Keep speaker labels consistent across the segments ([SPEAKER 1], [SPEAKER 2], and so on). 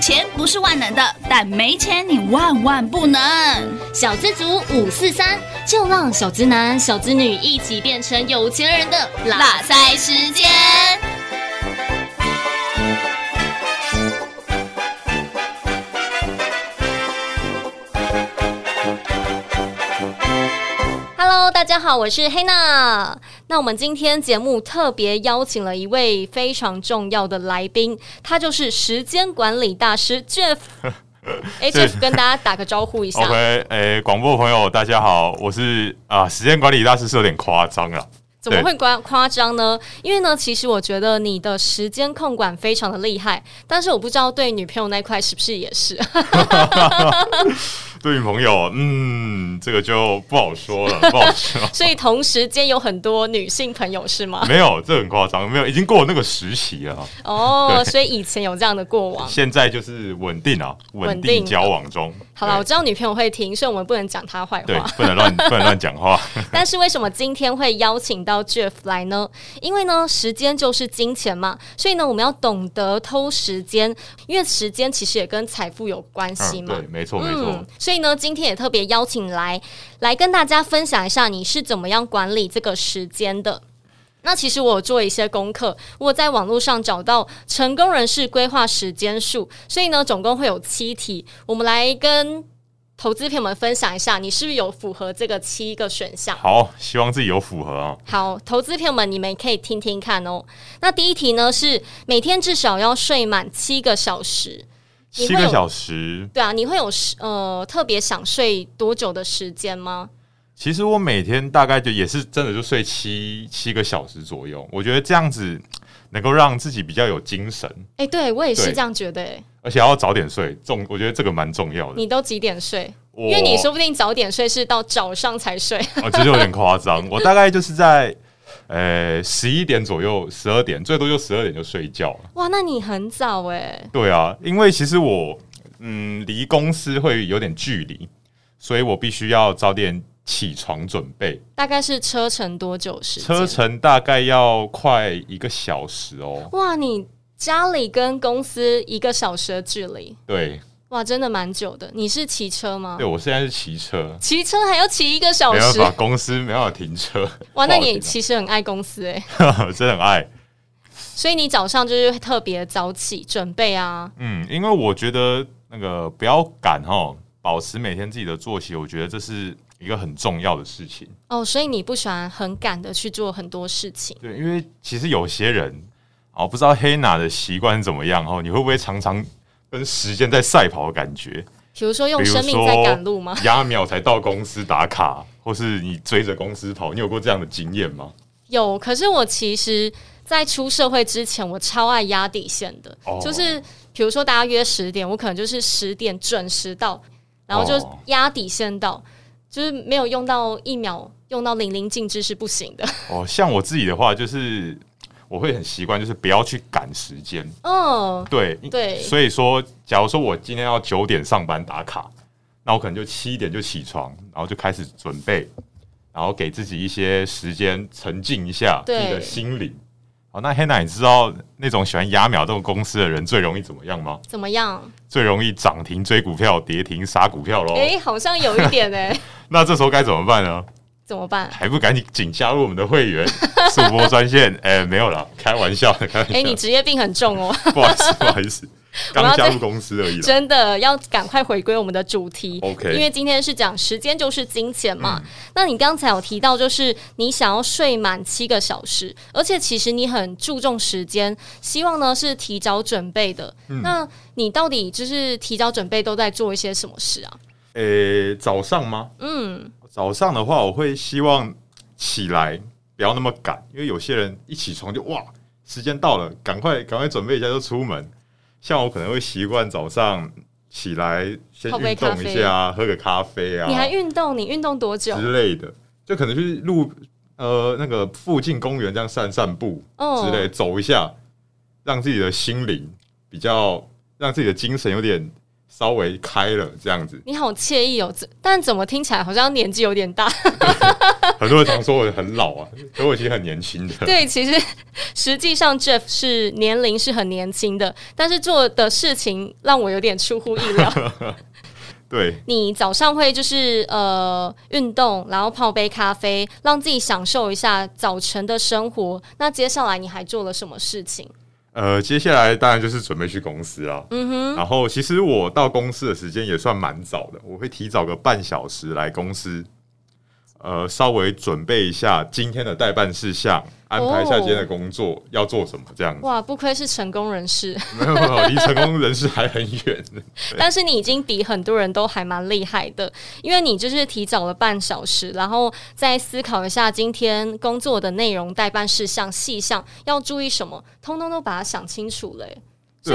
[SPEAKER 1] 钱不是万能的，但没钱你万万不能。
[SPEAKER 2] 小资族五四三，就让小资男、小资女一起变成有钱人的
[SPEAKER 1] 拉塞时间，
[SPEAKER 2] Hello，大家好，我是黑娜。那我们今天节目特别邀请了一位非常重要的来宾，他就是时间管理大师 Jeff。哎
[SPEAKER 3] 是哦
[SPEAKER 2] ，Jeff 跟大家打个招呼一 下。
[SPEAKER 3] OK，诶、广播朋友大家好，我是啊，时间管理大师是有点夸张了。
[SPEAKER 2] 怎么
[SPEAKER 3] 对
[SPEAKER 2] 会夸夸张呢？因为呢，其实我觉得你的时间控管非常的厉害，但是我不知道对女朋友那块是不是也是。
[SPEAKER 3] 对于朋友，嗯，这个就不好说了， 不好说。
[SPEAKER 2] 所以同时间有很多女性朋友是吗？
[SPEAKER 3] 没有，这很夸张，没有，已经过了那个时期了。
[SPEAKER 2] 哦，
[SPEAKER 3] 对
[SPEAKER 2] 所以以前有这样的过往。
[SPEAKER 3] 现在就是稳定啊，稳定交往中。
[SPEAKER 2] 好了，我知道女朋友会听，所以我们不能讲她坏
[SPEAKER 3] 对，
[SPEAKER 2] 话
[SPEAKER 3] 对。不 能乱不能乱讲话。
[SPEAKER 2] 但是为什么今天会邀请到 Jeff 来呢？因为呢，时间就是金钱嘛，所以呢，我们要懂得偷时间，因为时间其实也跟财富有关系
[SPEAKER 3] 嗯，
[SPEAKER 2] 嘛。
[SPEAKER 3] 对，没错没错。，
[SPEAKER 2] 所以呢，今天也特别邀请来来跟大家分享一下你是怎么样管理这个时间的。那其实我有做一些功课，我在网络上找到成功人士规划时间术，所以呢，总共会有七题，我们来跟投资朋友们分享一下，你是不是有符合这个七个选项？
[SPEAKER 3] 好，希望自己有符合啊。
[SPEAKER 2] 好，投资朋友们，你们可以听听看哦。那第一题呢是每天至少要睡满七个小时，你
[SPEAKER 3] 七
[SPEAKER 2] 会
[SPEAKER 3] 个
[SPEAKER 2] 有
[SPEAKER 3] 小时，
[SPEAKER 2] 对啊，你会有时呃特别想睡多久的时间吗？
[SPEAKER 3] 其实我每天大概就也是真的就睡七七个小时左右。我觉得这样子能够让自己比较有精神，
[SPEAKER 2] 哎、对我也是
[SPEAKER 3] 对
[SPEAKER 2] 这样觉得、哎，
[SPEAKER 3] 而且要早点睡，重我觉得这个蛮重要的。
[SPEAKER 2] 你都几点睡？
[SPEAKER 3] 因
[SPEAKER 2] 因为你说，不定早点睡是到早上才睡。
[SPEAKER 3] 哦，其实有点夸张，我大概就是在呃十一点左右，十二点最多就十二点就睡觉了。
[SPEAKER 2] 哇，那你很早哎、
[SPEAKER 3] 对啊，因为其实我嗯离公司会有点距离，所以我必须要早点起床准备，
[SPEAKER 2] 大概是车程多久时间？
[SPEAKER 3] 车程大概要快一个小时哦。
[SPEAKER 2] 哇，你家里跟公司一个小时的距离，
[SPEAKER 3] 对，
[SPEAKER 2] 哇，真的蛮久的。你是骑车吗
[SPEAKER 3] 对？我现在是骑车，
[SPEAKER 2] 骑车还要骑一个小
[SPEAKER 3] 没办
[SPEAKER 2] 时，
[SPEAKER 3] 法，公司没办法停车。
[SPEAKER 2] 哇，那你
[SPEAKER 3] 不好停
[SPEAKER 2] 其实很爱公司哎、
[SPEAKER 3] 啊真的很爱。
[SPEAKER 2] 所以你早上就是特别早起准备啊。
[SPEAKER 3] 嗯，因为我觉得那个不要赶哦，保持每天自己的作息，我觉得这是一个很重要的事情。
[SPEAKER 2] 哦，所以你不喜欢很赶的去做很多事情。
[SPEAKER 3] 对，因为其实有些人哦，不知道黑娜的习惯是怎么样哦，你会不会常常跟时间在赛跑的感 觉？
[SPEAKER 2] 比如说用
[SPEAKER 3] 比如
[SPEAKER 2] 生命在赶路吗？
[SPEAKER 3] 说压秒才到公司打卡，或是你追着公司跑，你有过这样的经验吗？
[SPEAKER 2] 有，可是我其实，在出社会之前，我超爱压底线的，
[SPEAKER 3] 哦
[SPEAKER 2] 就是比如说大家约十点，我可能就是十点准时到，然后就
[SPEAKER 3] 哦
[SPEAKER 2] 压底线到，就是没有用到一秒，用到淋漓尽致是不行的。
[SPEAKER 3] 哦，像我自己的话，就是我会很习惯，就是不要去赶时间。
[SPEAKER 2] 嗯，
[SPEAKER 3] 对
[SPEAKER 2] 对
[SPEAKER 3] 所以说，假如说我今天要九点上班打卡，那我可能就七点就起床，然后就开始准备，然后给自己一些时间沉静一下自
[SPEAKER 2] 对
[SPEAKER 3] 己的心灵。好，那 Hannah，你知道那种喜欢压秒这种公司的人最容易怎么样吗？
[SPEAKER 2] 怎么样？
[SPEAKER 3] 最容易涨停追股票，跌停杀股票喽。
[SPEAKER 2] 诶，好像有一点哎、
[SPEAKER 3] 那这时候该怎么办呢？
[SPEAKER 2] 怎么办？
[SPEAKER 3] 还不赶紧紧加入我们的会 员，速播专线？哎、没有啦，开玩笑的，开玩笑。
[SPEAKER 2] 诶，你职业病很重哦，
[SPEAKER 3] 不好意思，不好意思，
[SPEAKER 2] 我要
[SPEAKER 3] 刚加
[SPEAKER 2] 再
[SPEAKER 3] 入公司而已啦。
[SPEAKER 2] 真的要赶快回归我们的主题。
[SPEAKER 3] OK 嗯
[SPEAKER 2] 因为今天是讲时间就是金钱嘛。那你刚才有提到，就是你想要睡满七个小时，而且其实你很注重时间，希望呢是提早准备的。
[SPEAKER 3] 嗯
[SPEAKER 2] 那你到底就是提早准备都在做一些什么事啊？
[SPEAKER 3] 呃、早上吗？
[SPEAKER 2] 嗯，
[SPEAKER 3] 早上的话，我会希望起来不要那么赶，因为有些人一起床就哇，时间到了，赶快赶快准备一下就出门。像我可能会习惯早上起来先
[SPEAKER 2] 泡杯
[SPEAKER 3] 运
[SPEAKER 2] 咖
[SPEAKER 3] 动
[SPEAKER 2] 啡
[SPEAKER 3] 一下啊，喝个咖啡啊
[SPEAKER 2] 你还运动？你运动多久？
[SPEAKER 3] 之类的，就可能去路呃那个附近公园这样散散步
[SPEAKER 2] 哦
[SPEAKER 3] 之类，走一下，让自己的心灵比较，让自己的精神有点稍微开了这样子。
[SPEAKER 2] 你好惬意哦，这但怎么听起来好像年纪有点大？
[SPEAKER 3] 很多人常说我很老啊，可我其实很年轻的。
[SPEAKER 2] 对，其实实际上 Jeff 是年龄是很年轻的，但是做的事情让我有点出乎意料。
[SPEAKER 3] 对
[SPEAKER 2] 你早上会就是呃运动，然后泡杯咖啡，让自己享受一下早晨的生活。那接下来你还做了什么事情？
[SPEAKER 3] 呃，接下来当然就是准备去公司啦。嗯哼。然后其实我到公司的时间也算蛮早的，我会提早个半小时来公司，呃，稍微准备一下今天的代办事项，安排一下今天的工作、要做什么这样子。
[SPEAKER 2] 哇，不愧是成功人士，
[SPEAKER 3] 没有没有， 离成功人士还很远。
[SPEAKER 2] 但是你已经比很多人都还蛮厉害的，因为你就是提早了半小时，然后再思考一下今天工作的内容、代办事项、细项要注意什么，通通都把它想清楚了耶。欸
[SPEAKER 3] 对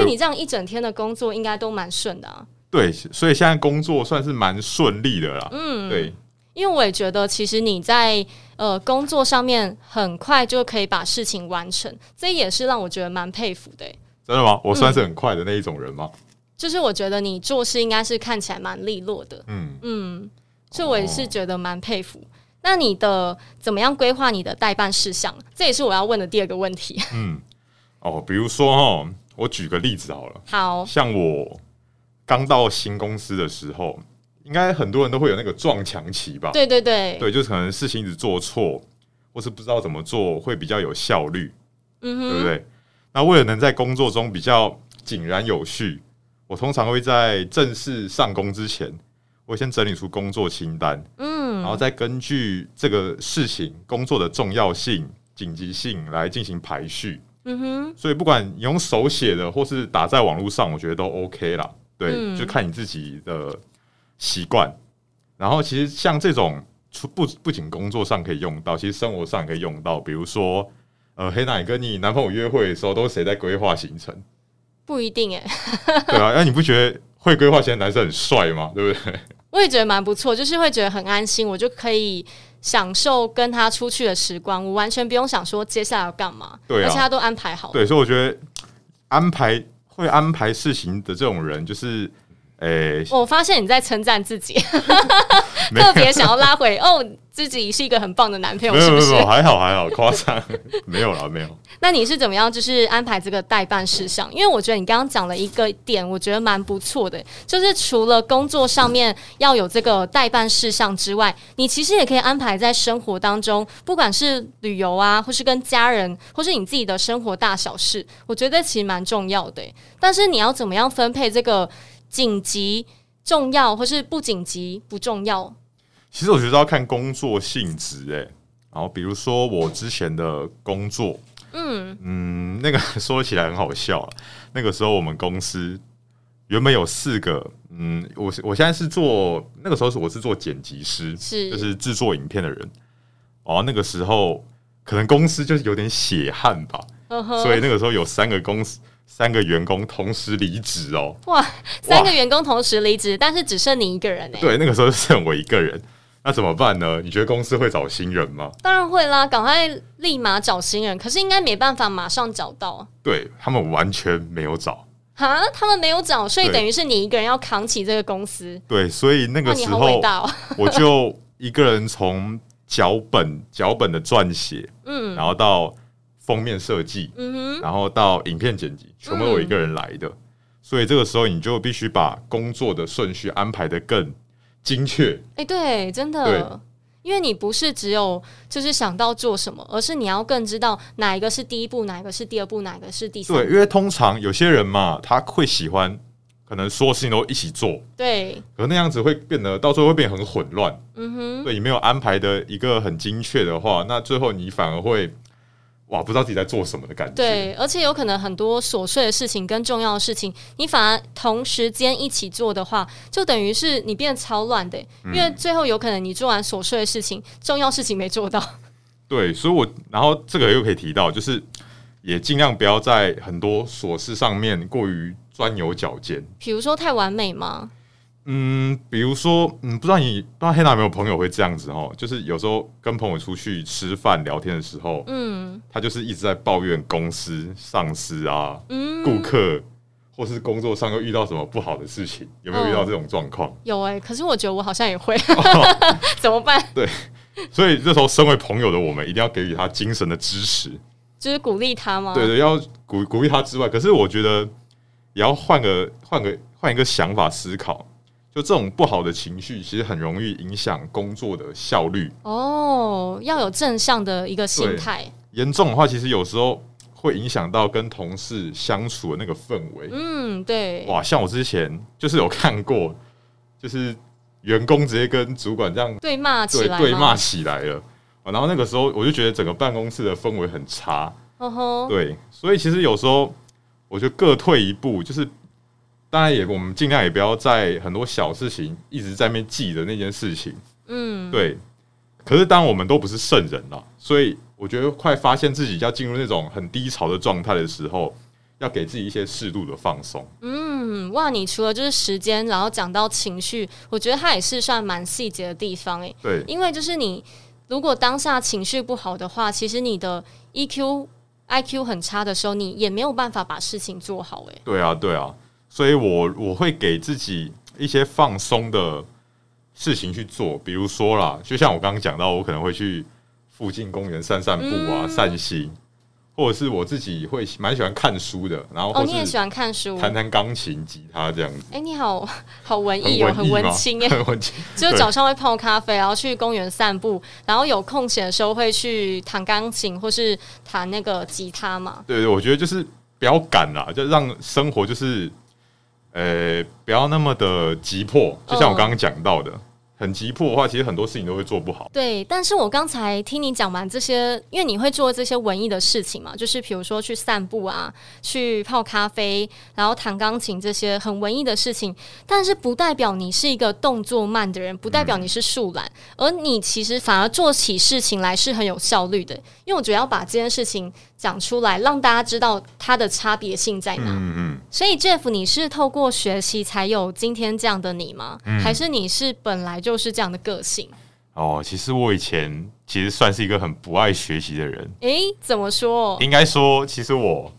[SPEAKER 2] 所以你这样一整天的工作应该都蛮顺的啊。
[SPEAKER 3] 对，所以现在工作算是蛮顺利的啦。嗯，对，
[SPEAKER 2] 因为我也觉得，其实你在呃工作上面很快就可以把事情完成，这也是让我觉得蛮佩服的耶。欸
[SPEAKER 3] 真的吗？我算是很快的那一种人吗？
[SPEAKER 2] 就是我觉得你做事应该是看起来蛮利落的，
[SPEAKER 3] 嗯，
[SPEAKER 2] 嗯，所以我也
[SPEAKER 3] 哦
[SPEAKER 2] 是觉得蛮佩服。那你的怎么样规划你的代办事项？这也是我要问的第二个问题。
[SPEAKER 3] 哦，比如说哦，我举个例子好了，
[SPEAKER 2] 好，
[SPEAKER 3] 像我刚到新公司的时候，应该很多人都会有那个撞墙期吧？
[SPEAKER 2] 对对对，
[SPEAKER 3] 对，就是可能事情一直做错，或是不知道怎么做会比较有效率，
[SPEAKER 2] 嗯
[SPEAKER 3] 对不
[SPEAKER 2] 哼，
[SPEAKER 3] 对？那为了能在工作中比较井然有序，我通常会在正式上工之前，我会先整理出工作清单，
[SPEAKER 2] 嗯，
[SPEAKER 3] 然后再根据这个事情工作的重要性、紧急性来进行排序。
[SPEAKER 2] 嗯哼，
[SPEAKER 3] 所以不管你用手写的或是打在网络上，我觉得都 OK 啦。对，
[SPEAKER 2] 嗯
[SPEAKER 3] 就看你自己的习惯。然后其实像这种，除不不仅工作上可以用到，其实生活上也可以用到。比如说，呃，黑奶跟你男朋友约会的时候，都是谁在规划行程？
[SPEAKER 2] 不一定诶、
[SPEAKER 3] 对啊，那你不觉得会规划行程的男生很帅吗？对不对？
[SPEAKER 2] 我也觉得蛮不错，就是会觉得很安心，我就可以享受跟他出去的时光，我完全不用想说接下来要干嘛，
[SPEAKER 3] 对啊
[SPEAKER 2] 而且他都安排好了。
[SPEAKER 3] 对，所以我觉得安排会安排事情的这种人，就是诶、
[SPEAKER 2] 我发现你在称赞自己，
[SPEAKER 3] 没
[SPEAKER 2] 特别想要拉回哦，自己是一个很棒的男朋友，
[SPEAKER 3] 没有
[SPEAKER 2] 是
[SPEAKER 3] 没
[SPEAKER 2] 不
[SPEAKER 3] 有
[SPEAKER 2] 是
[SPEAKER 3] 没？有，还好还好，夸张 没有啦，没有。
[SPEAKER 2] 那你是怎么样就是安排这个代办事项？因为我觉得你刚刚讲了一个点，我觉得蛮不错的，就是除了工作上面要有这个代办事项之外，你其实也可以安排在生活当中，不管是旅游啊，或是跟家人，或是你自己的生活大小事，我觉得其实蛮重要的。但是你要怎么样分配这个紧急、重要，或是不紧急、不重要？
[SPEAKER 3] 其实我觉得要看工作性质，哎，然后比如说我之前的工作，
[SPEAKER 2] 嗯，
[SPEAKER 3] 嗯，那个 说起来很好笑啊。那个时候我们公司原本有四个，嗯，我是我现在是做那个时候是我是做剪辑师，
[SPEAKER 2] 是
[SPEAKER 3] 就是制作影片的人。哦，那个时候可能公司就是有点血汗吧，
[SPEAKER 2] 呵呵
[SPEAKER 3] 所以那个时候有三个公司三个员工同时离职哦。
[SPEAKER 2] 哇，三个员工同时离职，但是只剩你一个人哎、
[SPEAKER 3] 对，那个时候剩我一个人，那怎么办呢？你觉得公司会找新人吗？
[SPEAKER 2] 当然会啦，赶快立马找新人。可是应该没办法马上找到
[SPEAKER 3] 对他们完全没有找。
[SPEAKER 2] 哈，他们没有找，所以
[SPEAKER 3] 对
[SPEAKER 2] 等于是你一个人要扛起这个公司。
[SPEAKER 3] 对，所以那
[SPEAKER 2] 哇，
[SPEAKER 3] 个
[SPEAKER 2] 你
[SPEAKER 3] 时
[SPEAKER 2] 好伟
[SPEAKER 3] 候
[SPEAKER 2] 大哦！
[SPEAKER 3] 我就一个人从脚本脚本的撰写，嗯，然后到封面设计，
[SPEAKER 2] 嗯
[SPEAKER 3] 然后到影片剪辑，全部都我一个人来的。所以这个时候你就必须把工作的顺序安排的更精确。
[SPEAKER 2] 哼，哎、对，真
[SPEAKER 3] 对
[SPEAKER 2] 的，因为你不是只有就是想到做什么，而是你要更知道哪一个是第一步，哪一个是第二步，哪一个是第三
[SPEAKER 3] 对，
[SPEAKER 2] 步。
[SPEAKER 3] 因为通常有些人嘛，他会喜欢可能所有事情都一起做，
[SPEAKER 2] 对，
[SPEAKER 3] 可那样子会变得到最后会变得很混乱。
[SPEAKER 2] 嗯哼，
[SPEAKER 3] 对你没有安排的一个很精确的话，那最后你反而会哇不知道自己在做什么的感觉。
[SPEAKER 2] 对，而且有可能很多琐碎的事情跟重要的事情，你反而同时间一起做的话，就等于是你变得超乱的欸、
[SPEAKER 3] 嗯
[SPEAKER 2] 因为最后有可能你做完琐碎的事情，重要事情没 做到。
[SPEAKER 3] 对所以我然后这个又可以提到，就是也尽量不要在很多琐事上面过于钻牛角尖。
[SPEAKER 2] 比如说太完美吗？
[SPEAKER 3] 嗯，比如说，嗯，不知道你不知道黑娜有没有朋友会这样子哦，就是有时候跟朋友出去吃饭聊天的时候，
[SPEAKER 2] 嗯
[SPEAKER 3] 他就是一直在抱怨公司、上司啊、
[SPEAKER 2] 嗯，
[SPEAKER 3] 顾客，或是工作上又遇到什么不好的事情，有没有遇到这种状况？
[SPEAKER 2] 有哎、可是我觉得我好像也会，
[SPEAKER 3] 哦
[SPEAKER 2] 怎么办？
[SPEAKER 3] 所以这时候，身为朋友的我们一定要给予他精神的支持，
[SPEAKER 2] 就是鼓励他吗？
[SPEAKER 3] 对对，要鼓鼓励他之外，可是我觉得也要换个换个换一个想法思考，就这种不好的情绪，其实很容易影响工作的效率。
[SPEAKER 2] 哦，要有正向的一个心态。
[SPEAKER 3] 严重的话，其实有时候会影响到跟同事相处的那个氛围。
[SPEAKER 2] 嗯，对，
[SPEAKER 3] 哇，像我之前就是有看过，就是员工直接跟主管这样
[SPEAKER 2] 对骂起
[SPEAKER 3] 对
[SPEAKER 2] 来，
[SPEAKER 3] 对骂，起来了。啊然后那个时候，我就觉得整个办公室的氛围很差，
[SPEAKER 2] 哦吼，
[SPEAKER 3] 对，所以其实有时候我就各退一步，就是当然也我们尽量也不要在很多小事情一直在那边记着那件事情，
[SPEAKER 2] 嗯，
[SPEAKER 3] 对。可是当我们都不是圣人了，所以我觉得快发现自己要进入那种很低潮的状态的时候，要给自己一些适度的放松。
[SPEAKER 2] 嗯，哇，你除了就是时间，然后讲到情绪，我觉得它也是算蛮细节的地方诶、
[SPEAKER 3] 对，
[SPEAKER 2] 因为就是你如果当下情绪不好的话，其实你的 E EQ、IQ 很差的时候，你也没有办法把事情做好欸诶、
[SPEAKER 3] 对啊，对啊，所以我我会给自己一些放松的事情去做，比如说啦，就像我刚刚讲到，我可能会去附近公园散散步啊，
[SPEAKER 2] 嗯
[SPEAKER 3] 散心，或者是我自己会喜蛮喜欢看书的，然后
[SPEAKER 2] 哦，
[SPEAKER 3] 或
[SPEAKER 2] 你也喜
[SPEAKER 3] 是
[SPEAKER 2] 欢看书？
[SPEAKER 3] 弹
[SPEAKER 2] 哎、
[SPEAKER 3] 弹钢琴、吉他这样子，
[SPEAKER 2] 你好好文
[SPEAKER 3] 很
[SPEAKER 2] 艺哦，很
[SPEAKER 3] 文艺
[SPEAKER 2] 文
[SPEAKER 3] 嘛，
[SPEAKER 2] 青诶、
[SPEAKER 3] 很文青，
[SPEAKER 2] 就是
[SPEAKER 3] 对
[SPEAKER 2] 早上会泡咖啡，然后去公园散步，然后有空闲的时候会去弹钢琴或是弹那个吉他嘛。
[SPEAKER 3] 对对，我觉得就是不要赶啦，就让生活就是，呃，不要那么的急迫。就
[SPEAKER 2] 嗯
[SPEAKER 3] 像我刚刚讲到的，很急迫的话，其实很多事情都会做不好。
[SPEAKER 2] 对，但是我刚才听你讲完这些，因为你会做这些文艺的事情嘛，就是比如说去散步啊，去泡咖啡，然后弹钢琴这些很文艺的事情，但是不代表你是一个动作慢的人，不代表你是树懒，而你其实反而做起事情来是很有效率的。因为我主要把这件事情讲出来，让大家知道它的差别性在哪。
[SPEAKER 3] 嗯嗯。
[SPEAKER 2] 所以 Jeff，你是透过学习才有今天这样的你吗？
[SPEAKER 3] 嗯
[SPEAKER 2] 还是你是本来就是这样的个性？
[SPEAKER 3] 哦，其实我以前其实算是一个很不爱学习的人，
[SPEAKER 2] 诶，怎么说？
[SPEAKER 3] 应该说，其实我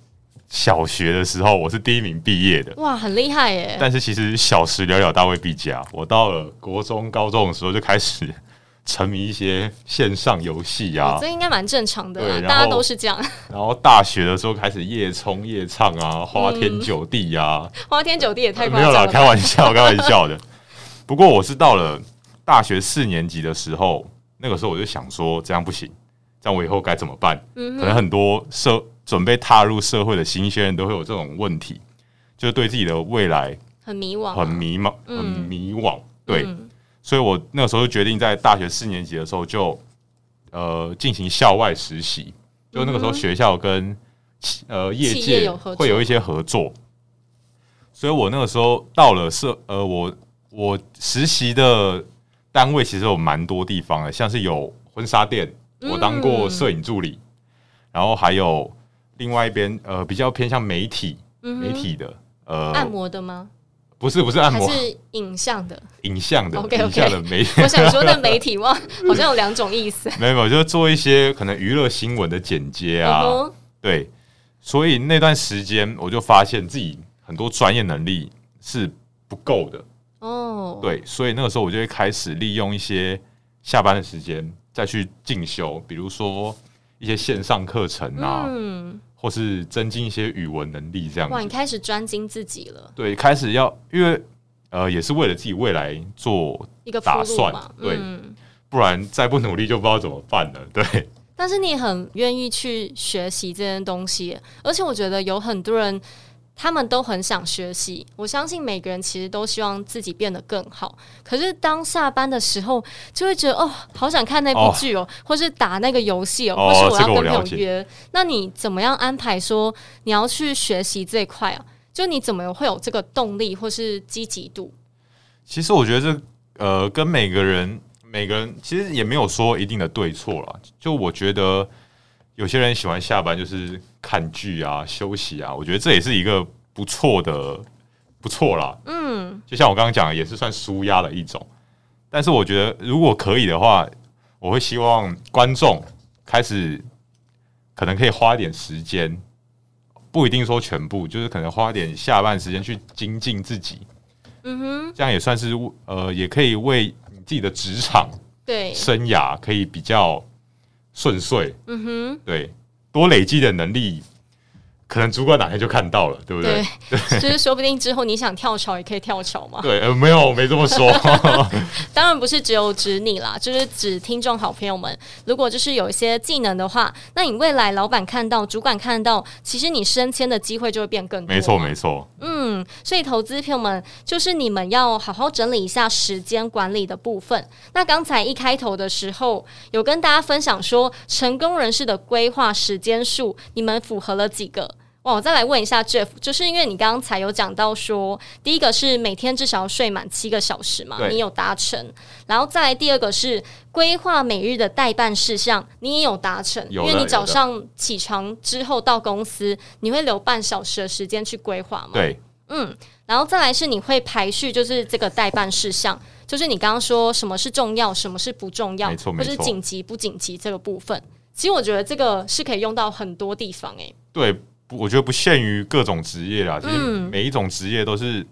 [SPEAKER 3] 小学的时候我是第一名毕业的，
[SPEAKER 2] 哇，很厉害耶！
[SPEAKER 3] 但是其实小时了了，大未必佳。我到了国中、高中的时候就开始 沉迷一些线上游戏啊
[SPEAKER 2] 哦，这应该蛮正常的啦，
[SPEAKER 3] 对然后
[SPEAKER 2] 大家都是这样，
[SPEAKER 3] 然后大学的时候开始夜冲夜唱啊，花天酒地啊，
[SPEAKER 2] 花天酒地也嗯太
[SPEAKER 3] 没
[SPEAKER 2] 夸
[SPEAKER 3] 有
[SPEAKER 2] 张
[SPEAKER 3] 啦，
[SPEAKER 2] 了
[SPEAKER 3] 开
[SPEAKER 2] 吧。
[SPEAKER 3] 玩笑，开玩笑的。不过我是到了大学四年级的时候，那个时候我就想说，这样不行，这样我以后该怎么办？
[SPEAKER 2] 嗯
[SPEAKER 3] 可能很多社准备踏入社会的新鲜人都会有这种问题，就是对自己的未来
[SPEAKER 2] 很迷惘啊，
[SPEAKER 3] 很迷茫，很迷惘。对，
[SPEAKER 2] 嗯
[SPEAKER 3] 所以我那个时候就决定在大学四年级的时候就呃进行校外实习，就那个时候学校跟企呃业
[SPEAKER 2] 嗯企业
[SPEAKER 3] 界
[SPEAKER 2] 有合作
[SPEAKER 3] 会有一些合作，所以我那个时候到了社呃我我实习的单位其实有蛮多地方的，像是有婚纱店，
[SPEAKER 2] 嗯
[SPEAKER 3] 我当过摄影助理，然后还有另外一边呃比较偏向媒体、媒体的
[SPEAKER 2] 嗯按
[SPEAKER 3] 呃
[SPEAKER 2] 摩的吗？
[SPEAKER 3] 不是不是按
[SPEAKER 2] 还
[SPEAKER 3] 摩
[SPEAKER 2] 是影像的？
[SPEAKER 3] 影像的
[SPEAKER 2] OK，OK
[SPEAKER 3] 影像的媒体。
[SPEAKER 2] 我想说的媒 体哇，
[SPEAKER 3] 啊
[SPEAKER 2] 好像有两种意思。
[SPEAKER 3] 没有，没有，就是做一些可能娱乐新闻的剪接啊。
[SPEAKER 2] 嗯哼
[SPEAKER 3] 对，所以那段时间我就发现自己很多专业能力是不够的。
[SPEAKER 2] 哦，
[SPEAKER 3] 对，所以那个时候我就会开始利用一些下班的时间再去进修，比如说一些线上课程啊，
[SPEAKER 2] 嗯，
[SPEAKER 3] 或是增进一些语文能力这样
[SPEAKER 2] 哇，你
[SPEAKER 3] 子。
[SPEAKER 2] 开始专精自己了，
[SPEAKER 3] 对，开始要因为呃也是为了自己未来做，
[SPEAKER 2] 一个
[SPEAKER 3] 打
[SPEAKER 2] 铺路
[SPEAKER 3] 算
[SPEAKER 2] 嘛。
[SPEAKER 3] 对
[SPEAKER 2] 嗯，
[SPEAKER 3] 不然再不努力就不知道怎么办了。对。
[SPEAKER 2] 但是你很愿意去学习这件东西，而且我觉得有很多人他们都很想学习。我相信每个人其实都希望自己变得更好，可是当下班的时候，就会觉得哦，好想看那部剧哦，或是打那个游戏哦，
[SPEAKER 3] 哦
[SPEAKER 2] 或是我
[SPEAKER 3] 这
[SPEAKER 2] 要跟
[SPEAKER 3] 个我
[SPEAKER 2] 朋
[SPEAKER 3] 了
[SPEAKER 2] 友
[SPEAKER 3] 解
[SPEAKER 2] 约。那你怎么样安排说你要去学习这一块啊？就你怎么会有这个动力或是积极度？
[SPEAKER 3] 其实我觉得这呃，跟每个人每个人其实也没有说一定的对错啦。就我觉得有些人喜欢下班就是看剧啊、休息啊，我觉得这也是一个不错的不错啦。
[SPEAKER 2] 嗯，
[SPEAKER 3] 就像我刚刚讲，的，也是算舒压的一种。但是我觉得如果可以的话，我会希望观众开始可能可以花一点时间，不一定说全部，就是可能花点下班时间去精进自己，
[SPEAKER 2] 嗯哼，
[SPEAKER 3] 这样也算是呃，也可以为你自己的职场
[SPEAKER 2] 对，
[SPEAKER 3] 生涯可以比较顺遂。
[SPEAKER 2] 嗯哼，
[SPEAKER 3] 对，多累积的能力，可能主管哪天就看到了，对不对？
[SPEAKER 2] 对， 就是说不定之后你想跳槽也可以跳槽嘛。
[SPEAKER 3] 对，呃，没有，没这么说。
[SPEAKER 2] 当然不是只有指你啦，就是指听众好朋友们。如果就是有一些技能的话，那你未来老板看到、主管看到，其实你升迁的机会就会变更多。
[SPEAKER 3] 没错，没错，
[SPEAKER 2] 嗯，所以投资朋友们，就是你们要好好整理一下时间管理的部分。那刚才一开头的时候，有跟大家分享说，成功人士的规划时间数，你们符合了几个？哇，我再来问一下 Jeff，就是因为你刚才有讲到说，第一个是每天至少要睡满七个小时嘛，
[SPEAKER 3] 对
[SPEAKER 2] 你有达成；然后再来第二个是规划每日的代办事项，你也有达成，因
[SPEAKER 3] 有的
[SPEAKER 2] 为你
[SPEAKER 3] 有
[SPEAKER 2] 早
[SPEAKER 3] 的
[SPEAKER 2] 上起床之后到公司，你会留半小时的时间去规划嘛？
[SPEAKER 3] 对，
[SPEAKER 2] 嗯，然后再来是你会排序，就是这个代办事项，就是你刚刚说什么是重要，什么是不重要，
[SPEAKER 3] 没错
[SPEAKER 2] 或是
[SPEAKER 3] 没错
[SPEAKER 2] 紧急不紧急这个部分。其实我觉得这个是可以用到很多地方诶、欸
[SPEAKER 3] 对，不我觉得不限于各种职业啦，其实
[SPEAKER 2] 嗯
[SPEAKER 3] 每一种职业都是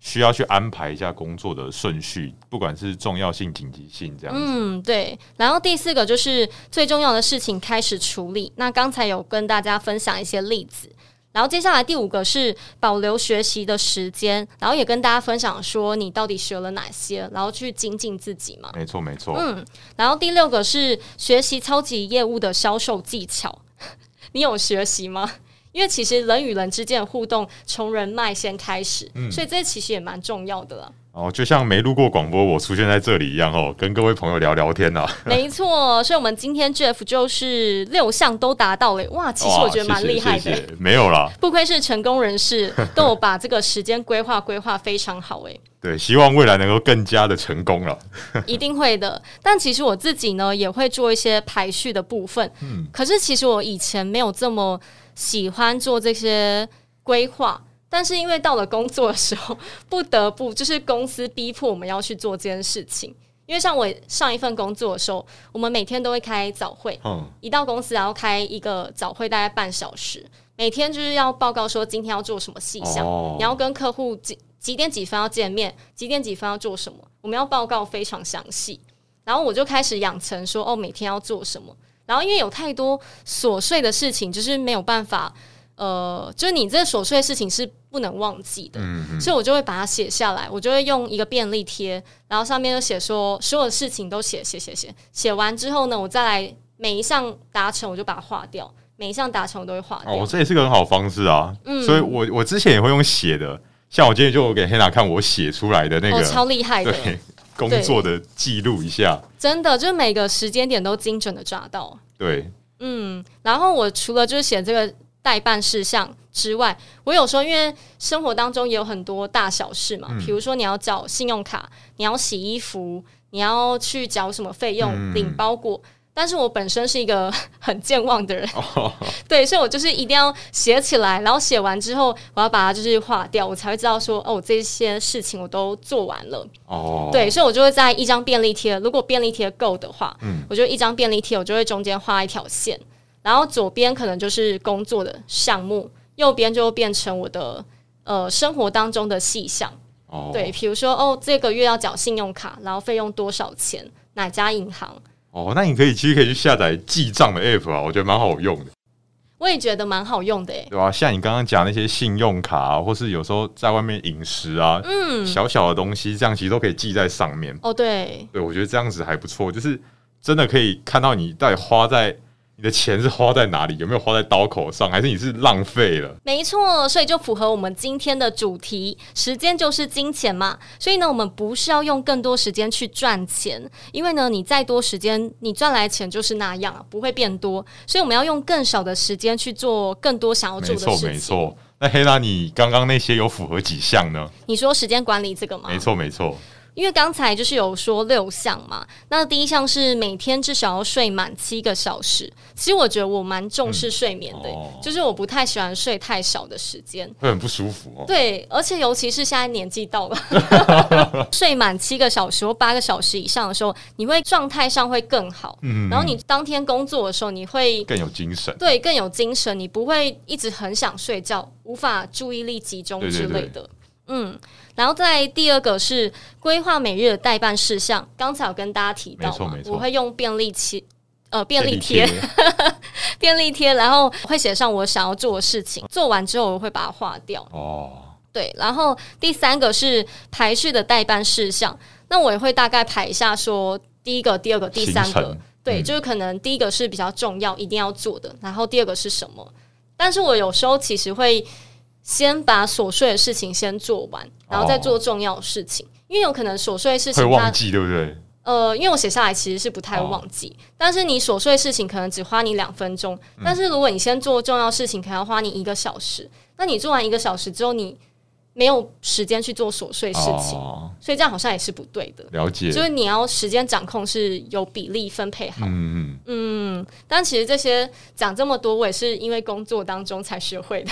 [SPEAKER 3] 需要去安排一下工作的顺序，不管是重要性、紧急性这样子。
[SPEAKER 2] 嗯，对。然后第四个就是最重要的事情开始处理。那刚才有跟大家分享一些例子。然后接下来第五个是保留学习的时间，然后也跟大家分享说你到底学了哪些，然后去精进自己嘛。
[SPEAKER 3] 没错，没错，
[SPEAKER 2] 嗯，然后第六个是学习超级业务的销售技巧， 你有学习吗？因为其实人与人之间的互动，从人脉先开始，
[SPEAKER 3] 嗯
[SPEAKER 2] 所以这其实也蛮重要的 啦。
[SPEAKER 3] 哦，就像没录过广播，我出现在这里一样哦，跟各位朋友聊聊天啊呐、
[SPEAKER 2] 没错，所以我们今天 Jeff 就是六项都达到了耶，哇，其实
[SPEAKER 3] 哇
[SPEAKER 2] 我觉得蛮
[SPEAKER 3] 谢谢
[SPEAKER 2] 厉害的。
[SPEAKER 3] 谢 谢没有啦，
[SPEAKER 2] 不愧是成功人士，都有把这个时间规划规划非常好诶。
[SPEAKER 3] 对，希望未来能够更加的成功了。
[SPEAKER 2] 一定会的。但其实我自己呢，也会做一些排序的部分。可是其实我以前没有这么喜欢做这些规划。但是因为到了工作的时候，不得不就是公司逼迫我们要去做这件事情。因为像我上一份工作的时候，我们每天都会开早会，
[SPEAKER 3] 嗯，
[SPEAKER 2] 一到公司然后开一个早会，大概半小时，每天就是要报告说今天要做什么细项，
[SPEAKER 3] 哦
[SPEAKER 2] 你要跟客户几几点几分要见面，几点几分要做什么，我们要报告非常详细。然后我就开始养成说，哦，每天要做什么。然后因为有太多琐碎的事情，就是没有办法，呃，就是你这琐碎的事情是不能忘记的，
[SPEAKER 3] 嗯
[SPEAKER 2] 所以我就会把它写下来，我就会用一个便利贴，然后上面就写说所有的事情都写写写写，写完之后呢，我再来每一项达成我就把它划掉，每一项达成我都会划掉。
[SPEAKER 3] 哦，这也是个很好的方式啊。
[SPEAKER 2] 嗯
[SPEAKER 3] 所以我我之前也会用写的，像我今天就有给 Hannah 看我写出来的那
[SPEAKER 2] 哦，
[SPEAKER 3] 个、
[SPEAKER 2] 超厉害的，
[SPEAKER 3] 对工作的记录一下。
[SPEAKER 2] 真的就是每个时间点都精准的抓到。
[SPEAKER 3] 对，
[SPEAKER 2] 嗯，然后我除了就是写这个代办事项之外，我有时候因为生活当中也有很多大小事嘛，比如说你要缴信用卡，你要洗衣服，你要去缴什么费用、
[SPEAKER 3] 嗯
[SPEAKER 2] 领包裹。但是我本身是一个 很健忘的人， 对，所以我就是一定要写起来，然后写完之后，我要把它就是划掉，我才会知道说，哦，我这些事情我都做完了。
[SPEAKER 3] 哦，
[SPEAKER 2] 对，所以我就会在一张便利贴，如果便利贴够的话，
[SPEAKER 3] 嗯
[SPEAKER 2] 我就一张便利贴，我就会中间画一条线，然后左边可能就是工作的项目，右边就变成我的呃生活当中的细项。
[SPEAKER 3] 哦，
[SPEAKER 2] 对，比如说哦，这个月要缴信用卡，然后费用多少钱，哪家银行，
[SPEAKER 3] 哦，那你可以其实可以去下载记账的 app 啊，我觉得蛮好用的，
[SPEAKER 2] 我也觉得蛮好用的欸诶。
[SPEAKER 3] 对吧、像你刚刚讲那些信用卡、啊，或是有时候在外面饮食啊，
[SPEAKER 2] 嗯，
[SPEAKER 3] 小小的东西，这样其实都可以记在上面。
[SPEAKER 2] 哦对，
[SPEAKER 3] 对，我觉得这样子还不错，就是真的可以看到你到底花在你的钱是花在哪里，有没有花在刀口上，还是你是浪费了？
[SPEAKER 2] 没错，所以就符合我们今天的主题，时间就是金钱嘛。所以呢，我们不是要用更多时间去赚钱，因为呢，你再多时间，你赚来的钱就是那样啊，不会变多。所以我们要用更少的时间去做更多想要做
[SPEAKER 3] 没
[SPEAKER 2] 的
[SPEAKER 3] 错，
[SPEAKER 2] 事
[SPEAKER 3] 没
[SPEAKER 2] 情。
[SPEAKER 3] 错。那黑拉，你刚刚那些有符合几项呢？
[SPEAKER 2] 你说时间管理这个吗？
[SPEAKER 3] 没错，没错。
[SPEAKER 2] 因为刚才就是有说六项嘛，那第一项是每天至少要睡满七个小时。其实我觉得我蛮重视睡眠的、
[SPEAKER 3] 嗯哦
[SPEAKER 2] 就是我不太喜欢睡太少的时间。
[SPEAKER 3] 会很不舒服哦。
[SPEAKER 2] 对，而且尤其是现在年纪到了， 睡满七个小时或八个小时以上的时候，你会状态上会更好。
[SPEAKER 3] 嗯
[SPEAKER 2] 然后你当天工作的时候，你会
[SPEAKER 3] 更有精神，
[SPEAKER 2] 对更有精神，你不会一直很想睡觉，无法注意力集中
[SPEAKER 3] 对对
[SPEAKER 2] 之类的。
[SPEAKER 3] 对
[SPEAKER 2] 嗯，然后再第二个是规划每日的代办事项，刚才有跟大家提到
[SPEAKER 3] 没错
[SPEAKER 2] 嘛
[SPEAKER 3] 没，错
[SPEAKER 2] 我会用便利贴，呃，便利
[SPEAKER 3] 利
[SPEAKER 2] 贴， 便利贴，然后会写上我想要做的事情，做完之后我会把它划掉。
[SPEAKER 3] 哦，
[SPEAKER 2] 对，然后第三个是排序的代办事项，那我也会大概排一下说第一个、第二个、第三
[SPEAKER 3] 行
[SPEAKER 2] 个
[SPEAKER 3] 程，
[SPEAKER 2] 对，
[SPEAKER 3] 嗯
[SPEAKER 2] 就是可能第一个是比较重要，一定要做的，然后第二个是什么？但是我有时候其实会先把琐碎的事情先做完，然后再做重要的事情，因为有可能琐碎的事
[SPEAKER 3] 哦会
[SPEAKER 2] 情它
[SPEAKER 3] 忘记对不对？
[SPEAKER 2] 呃，因为我写下来其实是不
[SPEAKER 3] 哦
[SPEAKER 2] 太忘记，但是你琐碎事情可能只花你两分钟，
[SPEAKER 3] 嗯
[SPEAKER 2] 但是如果你先做重要事情，可能要花你一个小时。那你做完一个小时之后，你没有时间去做琐碎事情，
[SPEAKER 3] 哦，
[SPEAKER 2] 所以这样好像也是不对的。
[SPEAKER 3] 了解，
[SPEAKER 2] 就是你要时间掌控是有比例分配好，
[SPEAKER 3] 嗯嗯，
[SPEAKER 2] 嗯，但其实这些讲这么多，我也是因为工作当中才学会的，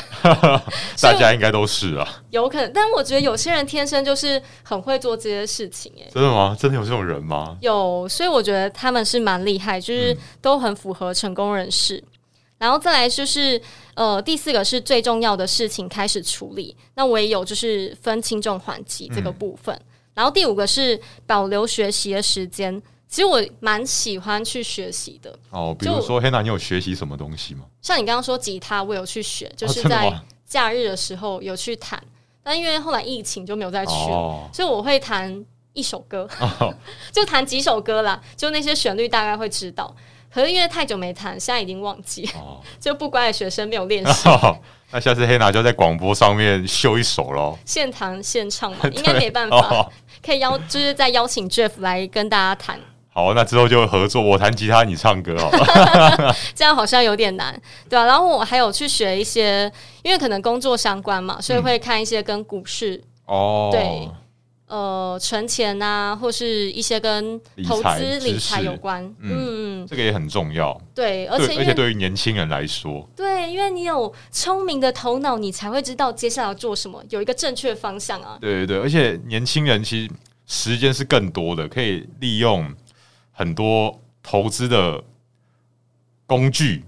[SPEAKER 2] 所以
[SPEAKER 3] 大
[SPEAKER 2] 我
[SPEAKER 3] 家应该都是啊，
[SPEAKER 2] 有可能。但我觉得有些人天生就是很会做这些事情、欸，
[SPEAKER 3] 真的吗？真的有这种人吗？
[SPEAKER 2] 有，所以我觉得他们是蛮厉害，
[SPEAKER 3] 嗯
[SPEAKER 2] 就是都很符合成功人士。然后再来就是，呃，第四个是最重要的事情开始处理。那我也有就是分轻重缓急这个部分。
[SPEAKER 3] 嗯
[SPEAKER 2] 然后第五个是保留学习的时间。其实我蛮喜欢去学习的，
[SPEAKER 3] 哦，比如
[SPEAKER 2] 就
[SPEAKER 3] 说 Hannah，你有学习什么东西吗？
[SPEAKER 2] 像你刚刚说吉他，我有去学，就
[SPEAKER 3] 哦
[SPEAKER 2] 是
[SPEAKER 3] 真的
[SPEAKER 2] 在
[SPEAKER 3] 吗
[SPEAKER 2] 假日的时候有去弹，但因为后来疫情就没有再去了。
[SPEAKER 3] 哦，
[SPEAKER 2] 所以我会弹一首歌， 就弹几首歌啦，就那些旋律大概会知道。可是因为太久没弹，现在已经忘记，
[SPEAKER 3] 哦，
[SPEAKER 2] 就不乖的学生没有练习，
[SPEAKER 3] 那下次 Hannah 就在广播上面秀一手喽。
[SPEAKER 2] 现弹现唱嘛，
[SPEAKER 3] 对
[SPEAKER 2] 应该没办法，
[SPEAKER 3] 哦，
[SPEAKER 2] 可以邀就是再邀请 Jeff 来跟大家谈，
[SPEAKER 3] 好，那之后就合作，我弹吉他，你唱歌，好 了。
[SPEAKER 2] 这样好像有点难，对啊，然后我还有去学一些，因为可能工作相关
[SPEAKER 3] 嗯
[SPEAKER 2] 嘛，所以会看一些跟股市。
[SPEAKER 3] 哦，
[SPEAKER 2] 对呃，存钱啊，或是一些跟
[SPEAKER 3] 理
[SPEAKER 2] 投
[SPEAKER 3] 财
[SPEAKER 2] 资理
[SPEAKER 3] 知
[SPEAKER 2] 财
[SPEAKER 3] 识
[SPEAKER 2] 有关，
[SPEAKER 3] 嗯
[SPEAKER 2] 嗯，
[SPEAKER 3] 这个也很重要，
[SPEAKER 2] 对，而且
[SPEAKER 3] 对，
[SPEAKER 2] 因
[SPEAKER 3] 而
[SPEAKER 2] 为
[SPEAKER 3] 且对于年轻人来说，
[SPEAKER 2] 对，因为你有聪明的头脑，你才会知道接下来要做什么，有一个正确方向啊。
[SPEAKER 3] 对对对，而且年轻人其实时间是更多的，可以利用很多投资的工具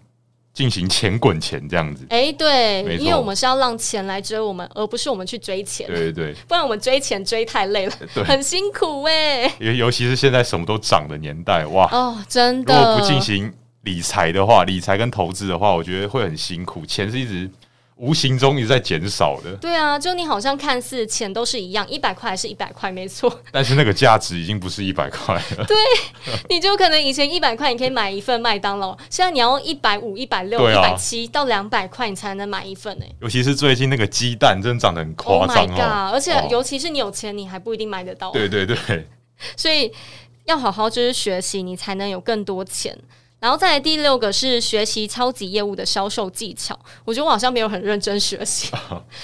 [SPEAKER 3] 进行钱滚钱这样子。
[SPEAKER 2] 哎，对，
[SPEAKER 3] 没错
[SPEAKER 2] 因为我们是要让钱来追我们，而不是我们去追钱，
[SPEAKER 3] 对对对
[SPEAKER 2] 不然我们追钱追太累了，
[SPEAKER 3] 对，
[SPEAKER 2] 很辛苦哎、
[SPEAKER 3] 尤尤其是现在什么都涨的年代，哇，
[SPEAKER 2] 哦，真
[SPEAKER 3] 如果
[SPEAKER 2] 的，
[SPEAKER 3] 不进行理财的话，理财跟投资的话，我觉得会很辛苦，钱是一直无形中一直在减少 的，
[SPEAKER 2] 对啊，就你好像看似钱都是一样，一百块还是一百块，没错，
[SPEAKER 3] 但是那个价值已经不是一百块了。
[SPEAKER 2] 你就可能以前一百块你可以买一份麦当劳，现在你要一百五、一百六、
[SPEAKER 3] 对
[SPEAKER 2] 一
[SPEAKER 3] 啊
[SPEAKER 2] 百七到两百块你才能买一份哎、
[SPEAKER 3] 尤其是最近那个鸡蛋真的涨得很
[SPEAKER 2] Oh
[SPEAKER 3] 夸
[SPEAKER 2] my
[SPEAKER 3] 张
[SPEAKER 2] god！
[SPEAKER 3] 哦，
[SPEAKER 2] 而且
[SPEAKER 3] 哦
[SPEAKER 2] 尤其是你有钱，你还不一定买得到。
[SPEAKER 3] 对对对，
[SPEAKER 2] 所以要好好就是学习，你才能有更多钱。然后再来第六个是学习超级业务的销售技巧，我觉得我好像没有很认真学 习，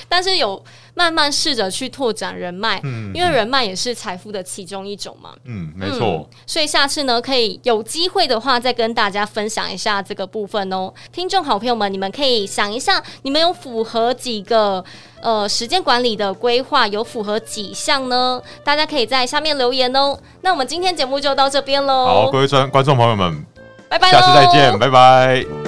[SPEAKER 2] 但是有慢慢试着去拓展人脉，
[SPEAKER 3] 嗯
[SPEAKER 2] 因为人脉也是财富的其中一种嘛。
[SPEAKER 3] 嗯，没错。
[SPEAKER 2] 所以下次呢，可以有机会的话，再跟大家分享一下这个部分哦。听众好朋友们，你们可以想一下，你们有符合几个呃时间管理的规划，有符合几项呢？大家可以在下面留言哦。那我们今天节目就到这边
[SPEAKER 3] 好，
[SPEAKER 2] 喽
[SPEAKER 3] 各，位观观众朋友们，
[SPEAKER 2] 拜拜喽，
[SPEAKER 3] 下次再见，拜拜。